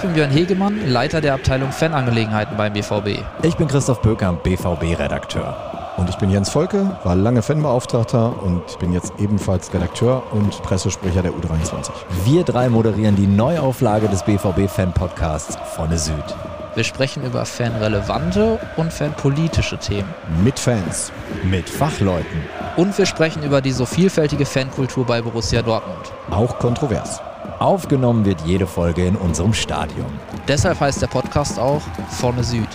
Fabian Hegemann, Leiter der Abteilung Fanangelegenheiten beim BVB. Ich bin Christoph Böker, BVB-Redakteur. Und ich bin Jens Volke, war lange Fanbeauftragter und ich bin jetzt ebenfalls Redakteur und Pressesprecher der U23. Wir drei moderieren die Neuauflage des BVB-Fan-Podcasts Vonne Süd. Wir sprechen über fanrelevante und fanpolitische Themen. Mit Fans. Mit Fachleuten. Und wir sprechen über die so vielfältige Fankultur bei Borussia Dortmund. Auch kontrovers. Aufgenommen wird jede Folge in unserem Stadion. Deshalb heißt der Podcast auch Vorne Süd.